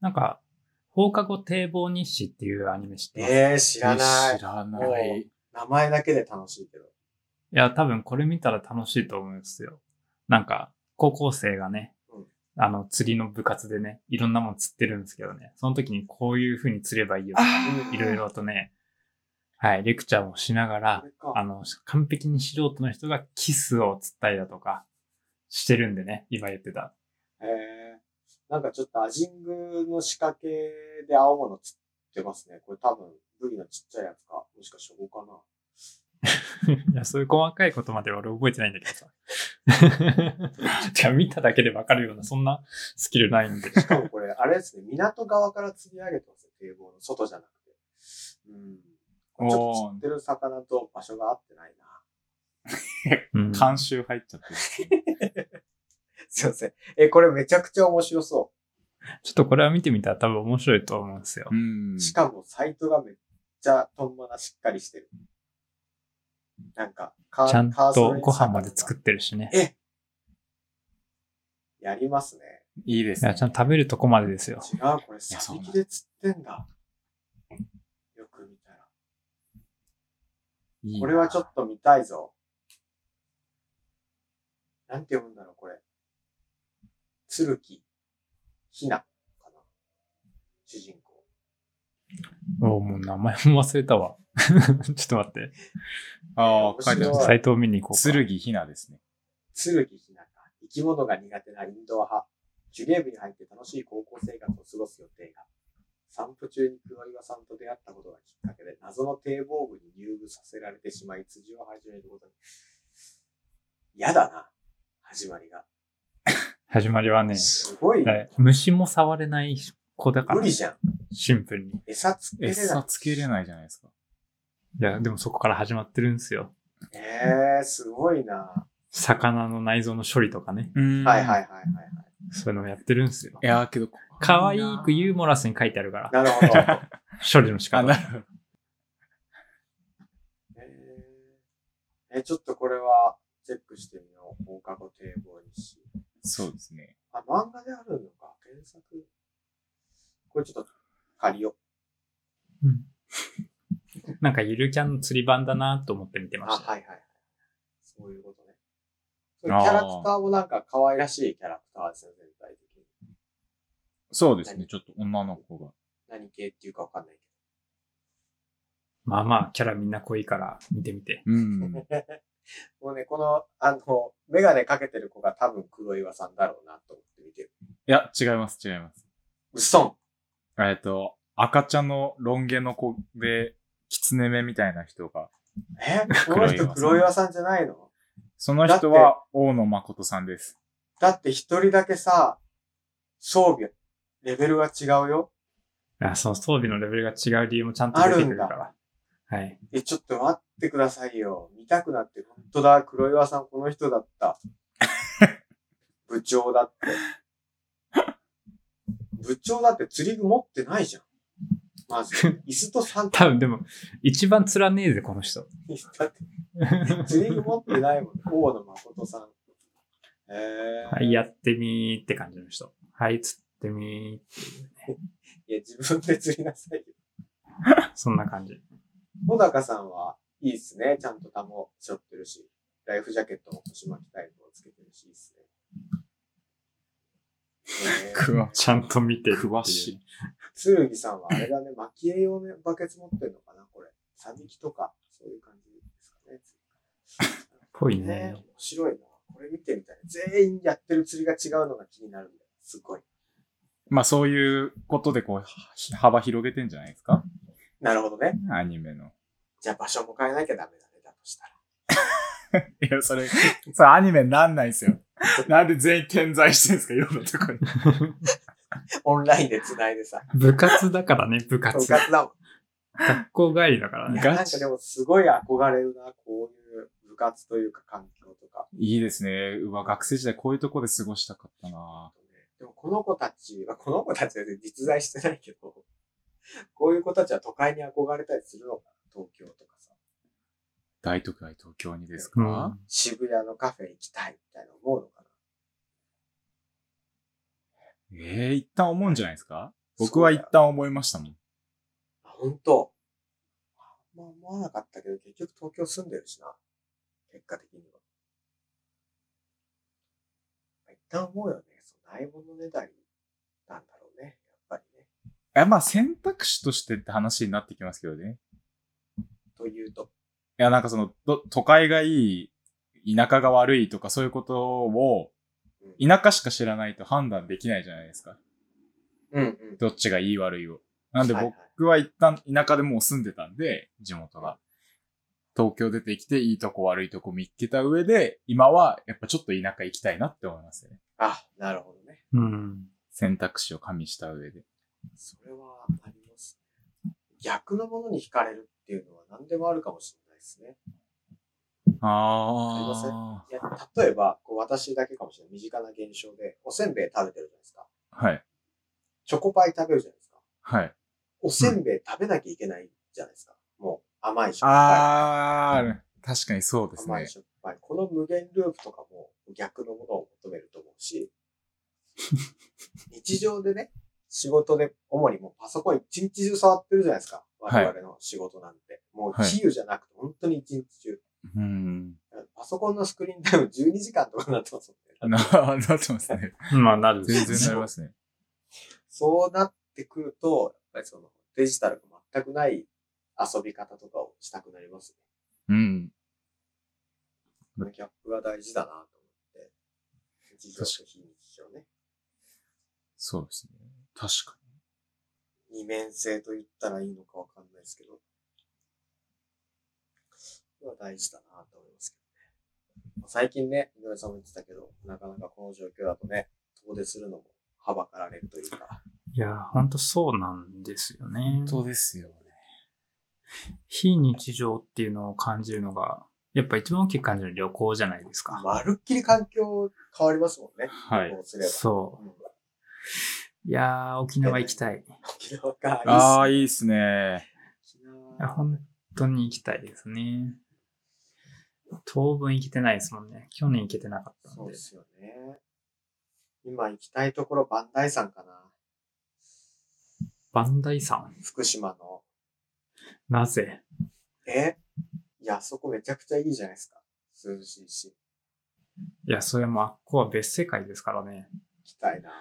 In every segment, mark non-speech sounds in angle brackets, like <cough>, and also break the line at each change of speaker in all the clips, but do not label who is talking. なんか、放課後堤防日誌っていうアニメ知ってます。
ええ、知らない
知。らない。
名前だけで楽しいけど。
いや、多分これ見たら楽しいと思うんですよ。なんか、高校生がね
うん、
あの、釣りの部活でね、いろんなもん釣ってるんですけどね、その時にこういう風に釣ればいいよとか、
あ
いろいろとね、はい、レクチャーもしながら
こ、れか
あの、完璧に素人の人がキスを釣ったりだとか、してるんでね、今言ってた。
ええなんかちょっとアジングの仕掛けで青物釣ってますね。これ多分、ブリのちっちゃいやつか。もしかしてここかな。
<laughs> いや、そういう細かいことまで俺覚えてないんだけどさ。
<laughs>
じゃあ見ただけでわかるような、そんなスキルないんで。
しかもこれ、あれですね、港側から釣り上げてますよ、堤防の外じゃなくて。うん。これちょっと釣ってる魚と場所が合ってないな。
うん
監修入っちゃってる。
すいません。え、これめちゃくちゃ面白そ
ちょっとこれは見てみたら多分面白いと思うんですよ
う。ん
う。。しかもサイトがめっちゃとんまなしっかりしてる。なんか、カ
ちゃん
カーソ
と
ルに
ご飯まで作ってるしね。
えやりますね。
いいです
いや、
ね
ち。ゃんと食べるとこまでですよ。
違う、これ、
やそ
サ
う
ビ
なん
キで釣ってんだ。よく見たら。これはちょ
と。
っと見たいぞ。なんて読むんだろう、これ。つるき、ひな、かな。主人公。
おうもう名前も忘れたわ。 <laughs> ちょっと待って。
ああ、書いてあ
面
る
白い
サイトを見に行こうか。
剣ひなですね。
つるきひなか。生き物が苦手なインドア派。手芸部に入って楽しい高校生活を過ごす予定が。散歩中に黒岩さんと出会ったことがきっかけで、謎の堤防部に入部させられてしまい、辻を始めることに。嫌だな、始まりが。
始まりはね、
すごい、
はい虫も触れない子だか
無
ら
理、じゃん。
シンプルに。い
餌つけれない
餌つけれないじゃないですか。
や、でもそこから始まってるんですよ。
ええすごいな。
魚の内臓の処理とかね。
うん
はいはいはい
い。
はい。はい
そういうのもやってるんですよ
い。やーけど、
可愛くユーモラスに書いてあるから、
なる
<laughs>
ほど。
処理の仕
あ、
方
な。るほど。
えーえ、ちょっとこれはチェックしてみよう。放課後堤防にし。
そうですね。
あ、漫画であるのか。原作。これちょっと借りよ
なんかゆるキャンの釣り版だなと思って見て
う。
ま
あ、
した。
はいはい。そういうことね。それキャラクターもなんか可愛らしいキャラクターですよ、全体的に。
そうですね。ちょっと女の子が。
何系っていうかわかんないけど。
まあまあ、キャラみんな濃いから見てみて。
うん。
もうね、この、あの、メガネかけてる子が多分黒岩さんだろうなと思って見てる。
いや、違います、違います。
うっそん
えっと、赤ちゃんのロン毛の子で、狐目みたいな人が、
えこの人黒岩さんじゃないの
その人は大野誠さんです。
だって一人だけさ、装備、レベルが違うよ。
あその装備のレベルが違う理由もちゃんと出てくるから。はい。
え、ちょっと待ってくださいよ。見たくなって、本当だ、黒岩さんこの人
<laughs>
だった。部長だって。部長だって釣り具持ってないじゃん。
<laughs>
まず、椅子とサンタ
多分でも、一番釣らねえぜ、この人。 <laughs>
だって釣り具持ってないもん。大野誠さん。えー、
はい、やってみーって感じの人。はい、釣ってみ
いや、自分で釣りなさいよ。
ー。そんな感じ。
小高さんはいいっすね。ちゃんとタモ背負ってるし、ライフジャケットも腰巻きタイプをつけてるし、いいっすね。えー、
わ、
ちゃんと見てってう
詳しい。
鶴木さんはあれだね、巻き絵用のバケツ持ってるのかなこれ。サビキとか、そういう感じですかね。
ぽい
ね
ね。
面白いな。これ見てみたい。全員やってる釣りが違うのが気になるんだよ。すごい。
まあそういうことでこう、ひ幅広げてんじゃないですか
なるほどね。
アニメの。
じゃあ場所も変えなきゃダメだね。だとしたら。 <laughs>
いや、それ、それアニメになんないです <laughs> よ。なんで全員点在してんすかいろんなとこに。
オンラインで繋いでさ、
部活だからね、部
部
活。
活だもん。
学校帰りだからね。
ガチ
なんかでもすごい憧れるな、こういう部活というか環境とか。
いいですね。うわ、学生時代こういうとこで過ごしたかったな
でもこの子たちは、この子たちは実在してないけど、こういう子たちは都会に憧れたりするのかな、東京とかさ。
大都会東京にです
う
か、
ん、
渋谷のカフェ行きたいみたいな思うのかな。
ええ一旦思うんじゃないですか僕は一旦思いましたもん。
あ、本当。あんま思わなかったけど、結局東京住んでるしな。結果的には。一旦思うよね。そのないものねだりなんだろうね。やっぱりね。
え、まあ選択肢としてって話になってきますけどね。
というと。
いや、なんかその、ど都会がいい、田舎が悪いとかそういうこと
う
を、
ん
田舎しか知らないと判断できないじゃないですか。
うんうん。
どっちがいい悪いを。なんで
はいはい
僕は一旦田舎でもう住んでたんで、地元が。東京出てきていいとこ悪いとこ見っけた上で、今はやっぱちょっと田舎行きたいなって思いますよね。
あ、なるほどね。
うん。
選択肢を加味した上で。
それはありますね。逆のものに惹かれるっていうのは何でもあるかもしれないですね。ありません
あ
いや例えば、こう私だけかもしれない。身近な現象で、おせんべい食べてるじゃないですか。
あ。はい。
チョコパイ食べるじゃないですか。
はい。
おせんべい食べなきゃいけないじゃないですか。もう甘いしょっぱ
あー、確かにそう
い。
です
甘
ね
い。しょっぱい。この無限ループとかも逆のものを求めると思う
<laughs>
し、日常でね、仕事で主にもうパソコン一日中触ってるじゃないですか。
は
我
い
々の仕事なんて。もう
はい
比喩じゃなくて本当に一日中。
うん。 <laughs>
パソコンのスクリーンタイム12時間とかになってますもんね
な、。なってますね。
まあ、なる。
全然なりますね。
そうなってくると、やっぱりそのデジタルが全くない遊び方とかをしたくなりますね。
うん。
このギャップが大事だなと思って。日常と非日常ね。
そうですね。確か
二面性と言ったらいいのかわかんないですけど。これは大事だなと思いますけどね。まあ最近ね、井上さんも言ってたけど、なかなかこの状況だとね、遠出するのもはばかられるというか。
いや、ほんとそうなんですよね。
に。当ですよね。
非日常っていうのを感じるのが、やっぱ一番大きく感じるのは旅行じゃないですか。
まるっきり環境変わりますもんね。
はい
こうすれば。
そ
うん
う。いやー、沖縄行きたい。
沖縄か。
ああ、
いい
いい
っ
っ
すね。
すね。
沖縄
いや本当に行きたいですね。当分行けてないですもんね。去年行けてなかったん
そう
で
で。すよね。今行きたいところ、バンダイさんかな。
バンダイさん。
福島の。
なぜ
えいや、あそこめちゃくちゃいいじゃないですか。涼しいし。
いや、それもあっこは別世界ですからね。
行きたいな。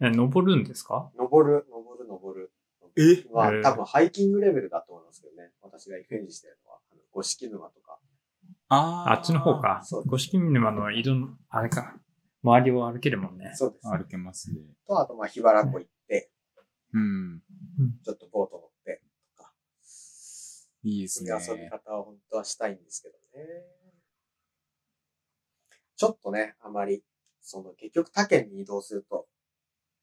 え、登るんですか
登る、登る、登る。
え
まあ
へ、え
多分ハイキングレベルだと思いますけどね。私がイメージしてるのは、あの五色沼とか。
あ
あっちの方。か
そう。
五色沼の井戸の、あれか。周りを歩けるもんね。
そうです、ね
歩。けますね。
と、あと、まあ、桧原湖行って、
うん。
ちょっとボート乗ってとか。
いいで
そ
す
うい
ね
う。遊び方を本当はしたいんですけどね。ちょっとね、あまり、その結局他県に移動すると、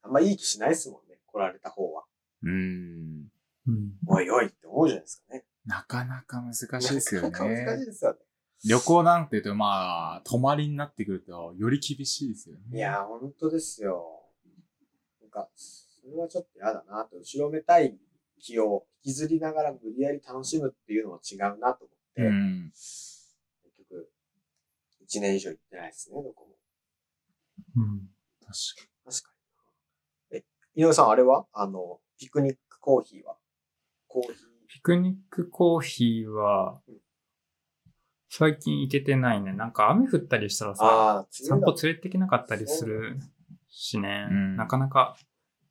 あんまいい気しないですもんね、来られた方は。
うん。
うん。
おいおいって思うじゃないですかね。
なかなか難しいですよ
なかなか難しい
ね。
ですよね。
旅行なんて言うと、まあ、泊まりになってくると、より厳しいですよね。
いやー、本当ですよ。なんか、それはちょっと嫌だなと、後ろめたい気を引きずりながら無理やり楽しむっていうのも違うなと思って、
うん。
結局、1年以上行ってないですね、どこも。
うん。
確か
確かに。え、井上さん、あれはあの、ピクニックコーヒーはコーヒー。
ピクニックコーヒーは、最近行けてないね。なんか雨降ったりしたらさ、
ああ、
散歩
つ
連れてけなかったりするしね。
うん
なかなか、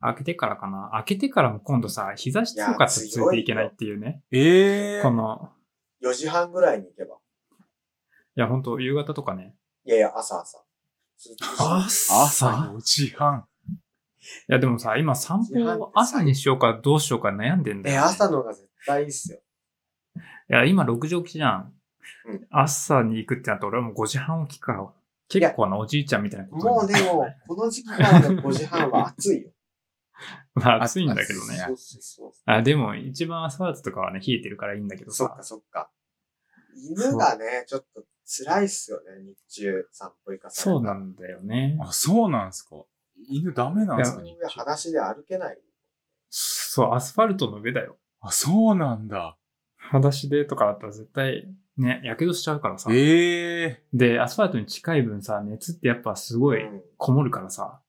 開けてからかな。開けてからも今度さ、日差し強かったら連れていけないっていうね。
に。ええ
この、
4時半ぐらいに行けば。
いや、ほんと、夕方とかね。
いやいや、朝朝。ずっと
朝4時半。
いや、でもさ、今散歩を朝にしようかどうしようか悩んでんだ
え、
よ、ね。
朝の方が絶対いいっすよ。
いや、今6時起きじゃん。
うん
朝に行くってなったら俺はもう5時半起きか。結構なおじいちゃんみたいなことに
も
な
う
る
でも、この時期からの5時半は暑いよ。
<laughs> まあ暑いんだけど
暑い
ね
ね。
そうそうそ
あ、でも一番アスファルトとかはね、冷えてるからいいんだけど
う。そっ
さ
か。そっか。犬がね、ちょっと辛いっすよね、日中散歩行かされ
そう
たら
なんだよね。
あ、そうなんですか。犬ダメなんですか
その
日
上
中
裸足で歩けない。
そう、アスファルトの上だよ。
あ、そうなんだ。
裸足でとかだったら絶対ね、やけどしちゃうからさ。
ええ
で、アスファルトに近い分さ、熱ってやっぱすごい
うん
こもるからさ。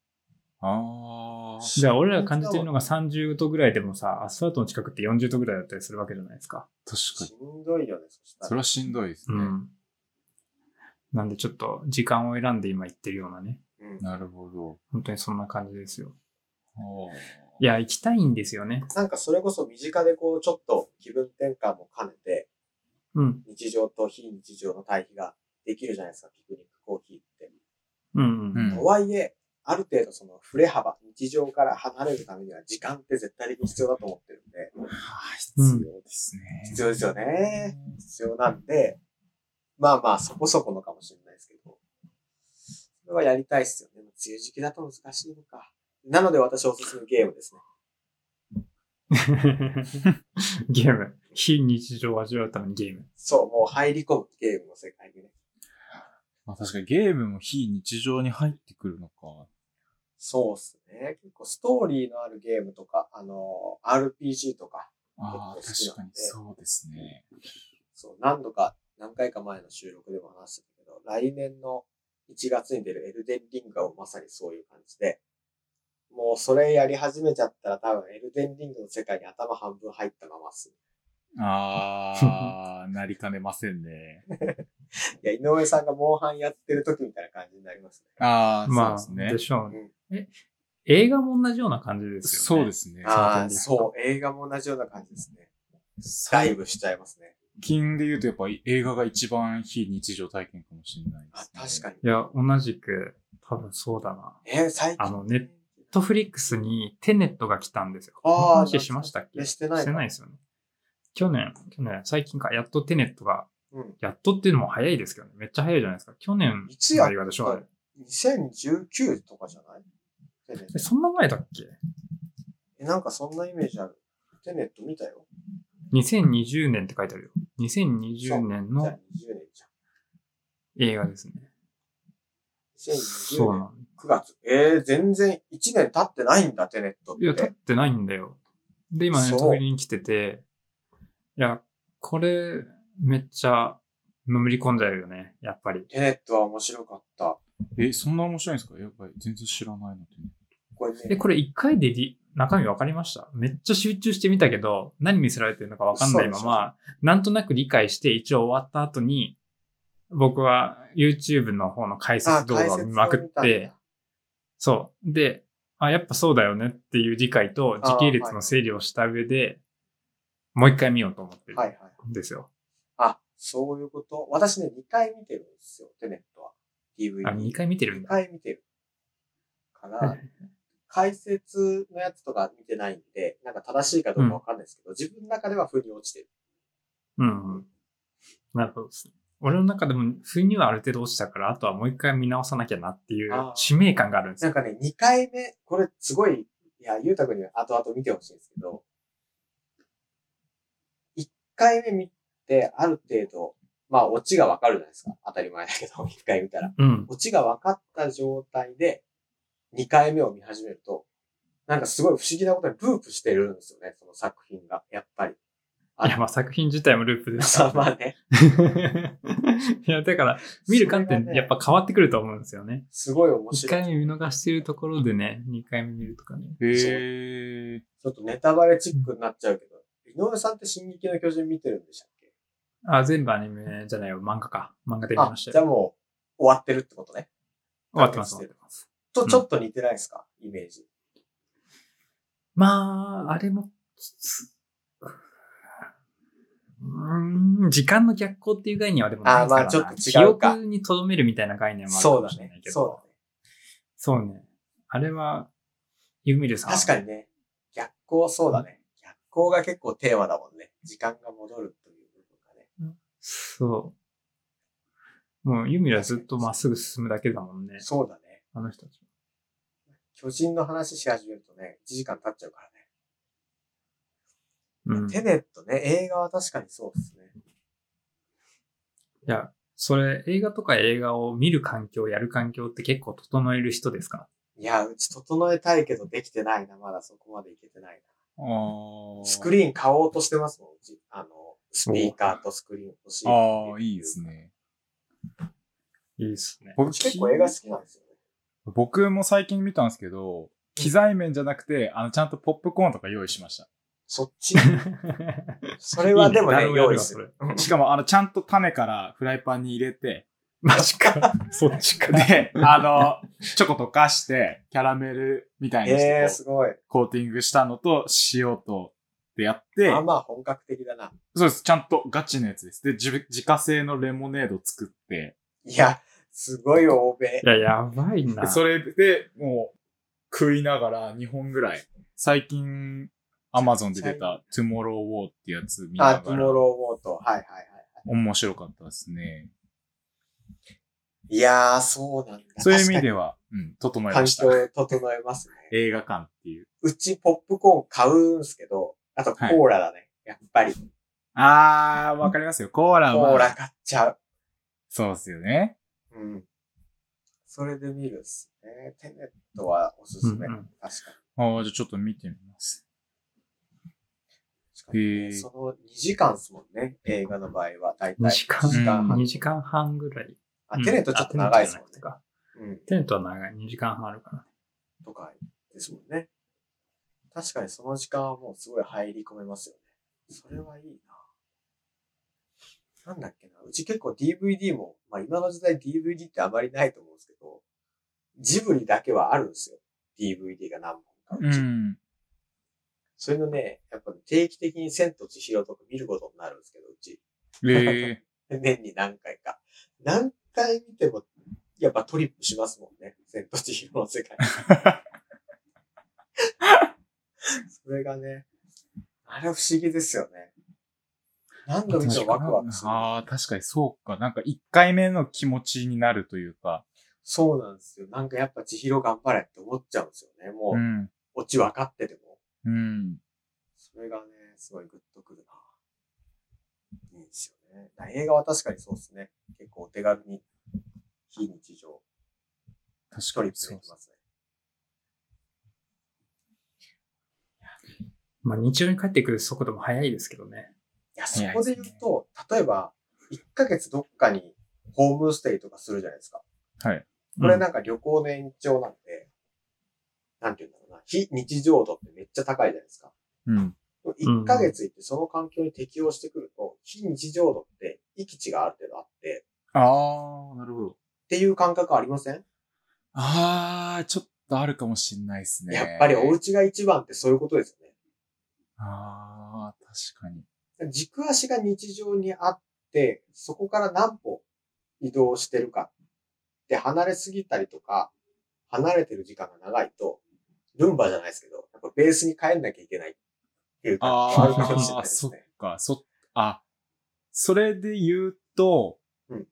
ああー
じゃあ、俺らが感じてるのが30度ぐらいでもさ、アスファルトの近くって40度ぐらいだったりするわけじゃないですか。
確かに。
しんどいよね、そした
それ
ら。
はしんどいです
う
ね。
ん。なんで、ちょっと時間を選んで今言ってるようなね。
うん
なるほど。
本当にそんな感じですよ。
おー
いや、行きたいんですよね。
なんかそれこそ身近でこう、ちょっと気分転換も兼ねて、
うん。
日常と非日常の対比ができるじゃないですか、ピクニックコーヒーって。
うん、う。
うんん
とはいえ、ある程度その振れ幅、日常から離れるためには時間って絶対的に必要だと思ってるんで、
あー
うん
要ですね。
必要ですよね。必要なんで、まあまあそこそこのかもしれないですけど、それはやりたいっすよね。梅雨時期だと難しいのか。なので私おすすめゲームですね。
<laughs> ゲーム。非日常を味わうためにゲーム。
そう、もう入り込むゲームの世界にね。
まあ確かにゲームも非日常に入ってくるのか。
そうっすね。結構ストーリーのあるゲームとか、あの、RPG とか、
ああ、
結構好
確
き
か
なん
に
で
そうですね。
そう、何度か、何回か前の収録でも話したけど、来年の1月に出るエルデンリングをまさにそういう感じで、もうそれやり始めちゃったら多分エルデンリングの世界に頭半分入ったままっす。
あ
<laughs>
あ、なりかねませんね。
いや、井上さんがモンハンやってる時みたいな感じになりますね。
ああ、
ま
そ
あ、
うで
です
ね。
しょうね。え、映画も同じような感じですよね。。
そうですすね。
ああ、
そう
そう、映画も同じような感じですね。ダイ
最
ブしちゃいますね。
近で言うとやっぱ映画が一番非日常体験かもしれないで
あ
す、、ね。
確かに。
いや、同じく、多分そうだな。
えー最近。
あのね。ネットフリックスにテネットが来たんですよ。
あー
この話しましたっ
いや
け
してないな
してないですよね。去年、去年、最近か、やっとテネットが、
うん。
やっとっていうのも早いですけどね。めっちゃ早いじゃないですか。去年
いつやっ
の映画でしょ、あれ。
2019とかじゃないテネッ
え、
ト
そんな前だっけ
え、なんかそんなイメージある。テネット見たよ。
?2020 年って書いてあるよ。
そう
2020年
じゃあ20
の
年じゃん。
映画ですね。そう
2020
な
年
の。
9月。えー、全然1年経ってないんだ、テネットって。
いや、立ってないんだよ。で、今ね、
そう
トフリに来てて、いや、これ、めっちゃ、のめり込んじゃうよね、やっぱり。
テネットは面白かった。
え、そんな面白いんですかやっぱり全然知らないので、
これ
え、
ね、
これ一回でリ中身分かりましためっちゃ集中してみたけど、何見せられてるのか分かんないまま、なんとなく理解して一応終わった後に、僕は YouTube の方の解説動画を見まくって、そう。で、あ、やっぱそうだよねっていう理解と時系列の整理をした上で、もう一回見ようと思ってる
はいはい。
んですよ。
あ、そういうこと。私ね、2回見てるんですよ、テネットは。DVD。
あ、2回見てるん
二
だ。
回見てる。から、解説のやつとか見てないんで、なんか正しいかどうかわかんないですけど、自分の中では腑に落ちてる。
うんうん。なるほどですね。俺の中でも、冬にはある程度落ちたから、あとはもう一回見直さなきゃなっていう
あー
使命感があるんです
なん
よ。
かね、2回目、これすごい、いや、ゆうたくんには後々見てほしいんですけど、1回目見て、ある程度、まあ、オチがわかるじゃないですか。当たり前だけど、1回 <laughs> 見たら。
うん。
オチが分かった状態で、2回目を見始めると、なんかすごい不思議なことにループしてるんですよね、その作品が。やっぱり。
<laughs> いや、まあ作品自体もループです
まあ
か
ま
ら
あね。
ね。 <laughs> いや、だから、見る観
そ
点
れがね
やっぱ変わってくると思うんですよね。
すごい面
一
白い。
回目見逃してるところでね、二回目見るとかね。
へえ。
ちょっとネタバレチックになっちゃうけど、井上さんって進撃の巨人見てるんでしたっけ
あ、全部アニメじゃないよ、漫画か。漫画で見
あ、
まし
じ
た
ゃあ
よ。
もう終わってるってことね。
終わってます、終わってます。
と
うん
ちょっと似てないですか、イメージ。
まあ、あれも、つうーん、時間の逆行っていう概念はでもないからな
あーまあちょっと違うか
記憶に留めるみたいな概念もあるか
そう
も
だ
しれな
ね
い。けど。
そうだね。
そうね。あれは、ユミルさん。
確かにね。逆光、そうだね。逆光が結構テーマだもんね。時間が戻るという部分がね。
そう。もう、ユミルはずっとまっすぐ進むだけだもんね。
そうだね。
あの人たち。
巨人の話し始めるとね、1時間経っちゃうからね。
うん。い
テネットね、映画は確かにそうですね。
や、それ、映画とか映画を見る環境、やる環境って結構整える人ですか
いや、うち整えたいけどできてないな。まだそこまでいけてない
ああ。
な。スクリーン買おうとしてますもん、うち。あの、スピーカーとスクリーン欲しい。
ああ、いいです。ね。
いいですね。
う
僕
<laughs> ち結構映画好きなんですよね。
僕も最近見たんですけど、機材面じゃなくて、あの、ちゃんとポップコーンとか用意しました。
そっ
<laughs>
ち。それはでもね、
いい
用意する。。
誰もやわ
しかも、あの、ちゃんと種からフライパンに入れて、
それマジか。 <laughs> そっちか。
<laughs>
で、あの、チョコ溶かして、キャラメルみたいにして
<laughs>
<laughs>
ええー、
こ
すごい。
う、コーティングしたのと、塩と、でやって
まあ、まあ本格的だな。
そうです。ちゃんとガチのやつです。で、自自家製のレモネード作って、
いや、すごい欧米
い。や、やばいな。
でそれで、もう、食いながら2本ぐらい、最近、アマゾンで出た、トゥモローウォーってやつ見な
あ、ト
が
ゥ
ら
モ、ローウォート。はいはいはい。
面白かったですね。
いやー、そうなんだ。
そういう意味では、うん、整えま
環
し
境
た。
整えますね。
映画館っていう。
うちポップコーン買うんすけど、あとコーラだね。やっぱり。
あー、わかりますよ。コーラは、
コーラ買っちゃう。
そうですよね。
うん。それで見るっすね。テネットはおすす
うん
め。
うん
確か
あー、じゃあちょっと見てみます。
に。
へー
その2時間っすもんね。映画の場合は。だいた
2
い
時間
一半
うん
2時間半ぐらい。
あ、テネットちょっと長いっすもんね。
ね。
うん。
テネットは長い。2時間半あるから。
とかですもんね。確かにその時間はもうすごい入り込めますよね。それはいいな。なんだっけな。うち結構 DVD も、まあ今の時代 DVD ってあまりないと思うんですけど、ジブリだけはあるんですよ。DVD が何本か。
う
うち
ん。
それのね、やっぱ定期的に千と千尋とか見ることになるんですけど、うち。
え
<laughs> 年に何回か。何回見ても、やっぱトリップしますもんね。千と千尋の世
<laughs>
界。それがね、あれは不思議ですよね。何度見てもワクワクする。
あー、確かにそうか。なんか1回目の気持ちになるというか、
そうなんですよ。なんかやっぱ千尋頑張れって思っちゃうんですよね。もう、
うん。
オチ分かってても。
うん。
それがね、すごいグッとくるな。いいですよね。映画は確かにそうですね。結構お手軽に、非日常、
確
ト
か
リ
に
ップ
そう
で
で
き
す。
ますね。
まあ日常に帰ってくる速度も速いですけどね。
いや、そこで言うと、例えば、1ヶ月どっかにホームステイとかするじゃないですか。
はい。
これなんか旅行の延長なんで、なんて言うんだろうな、非日常度ってめっちゃ高いじゃないですか。
うん。
でも1ヶ月行ってその環境に適応してくると、非日常度って域値がある程度あって、
あー、なるほど。
っていう感覚ありません、
あー、ちょっとあるかもしんないですね。
やっぱりお家が一番ってそういうことですよ
あー、確かに。
ね。軸足が日常にあって、そこから何歩移動してるか。で、離れすぎたりとか、離れてる時間が長いと、ルンバじゃないですけど、やっぱベースに帰んなきゃいけないっていう感じがあるかもしれ
あ
ない
あ、
です
そっ <laughs>
ね。
か、そ、あ、それで言うと、
うん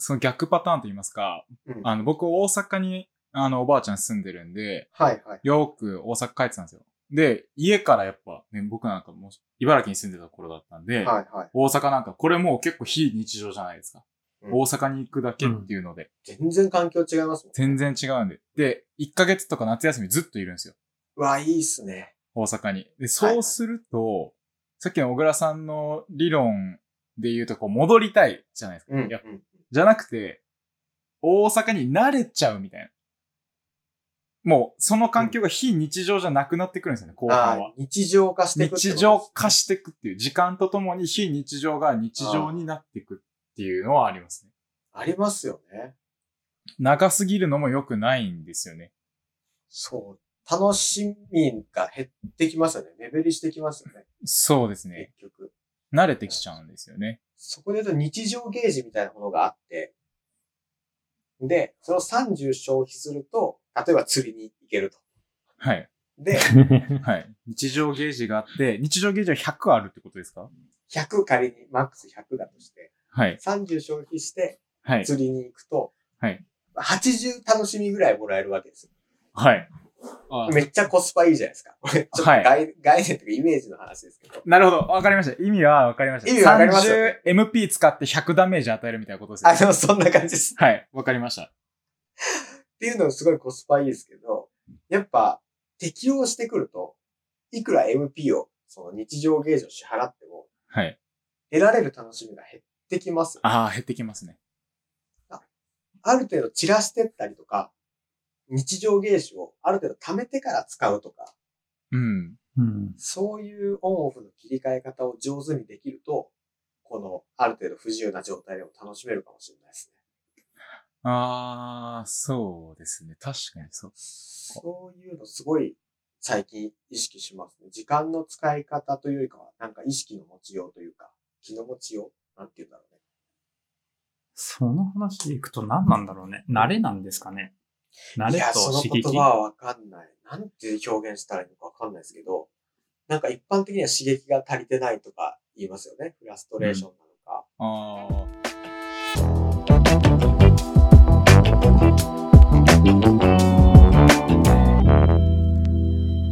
その逆パターンと言いますか、
うん
あの、僕大阪に、あの、おばあちゃん住んでるんで、
はいはい。
よく大阪帰ってたんですよ。で、家からやっぱ、ね、僕なんかもう、茨城に住んでた頃だったんで、
はいはい。
大阪なんか、これもう結構非日常じゃないですか。
うん
大阪に行くだけっていうので、
全然環境違いますもん。
全然違うんで。で、1ヶ月とか夏休みずっといるんですよ。
うわ、いいっすね。
大阪に。で、そうすると、さっきの小倉さんの理論で言うと、こう、戻りたいじゃないですか。
うん。
いや
うん
じゃなくて、大阪に慣れちゃうみたいな。もう、その環境が非日常じゃなくなってくるんですよね、後半
あ
は。
ー日常化していくってこと
日
です
常化していくっていう、時間とともに非日常が日常になっていくっていうのはありますね。
ありますよね。
長すぎるのも良くないんですよね。
そう。楽しみが減ってきますよね。目減りしてきますよね。
そうですね。
結局。
慣れてきちゃうんですよね。
そこで言うと日常ゲージみたいなものがあって、で、その30消費すると、例えば釣りに行けると。
はい。 <laughs>
で、
はい。日常ゲージがあって、日常ゲージは100あるってことですか
100仮に、マックス100だとして、
はい。
30消費して
はい。
釣りに行くと、
はい
80楽しみぐらいもらえるわけですよ
はい。あ
めっちゃコスパいいじゃないですか。これ、ちょっと
はい
概,、概念というかイメージの話ですけど。
なるほど。わかりました。意味はわかりました。
意味わかりましたよ
30MP 使って100ダメージ与えるみたいなことですよ
あ、
ね。
でもそんな感じです。
はい。わかりました。
っていうのもすごいコスパいいですけど、やっぱ適用してくると、いくら MP を、その日常ゲージを支払っても、
はい。
得られる楽しみが減ってきますよ。
ああ、減ってきますね。
ある程度散らしてったりとか、日常芸種をある程度貯めてから使うとか、
うん。
うん。
そういうオンオフの切り替え方を上手にできると、この、ある程度不自由な状態でも楽しめるかもしれないですね。
ああ、そうですね。確かにそう。
そういうのすごい最近意識しますね。時間の使い方というよりかは、なんか意識の持ちようというか、気の持ちよう、なんて言うんだろうね。
その話でいくと何なんだろうね。慣れなんですかね。慣
い
れ
や、そ
と
の
刺激
言。葉はわかんない。なんて表現したらいいのかわかんないですけど、なんか一般的には刺激が足りてないとか言いますよね。フラストレーションなのか。
ああ。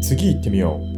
次行ってみよう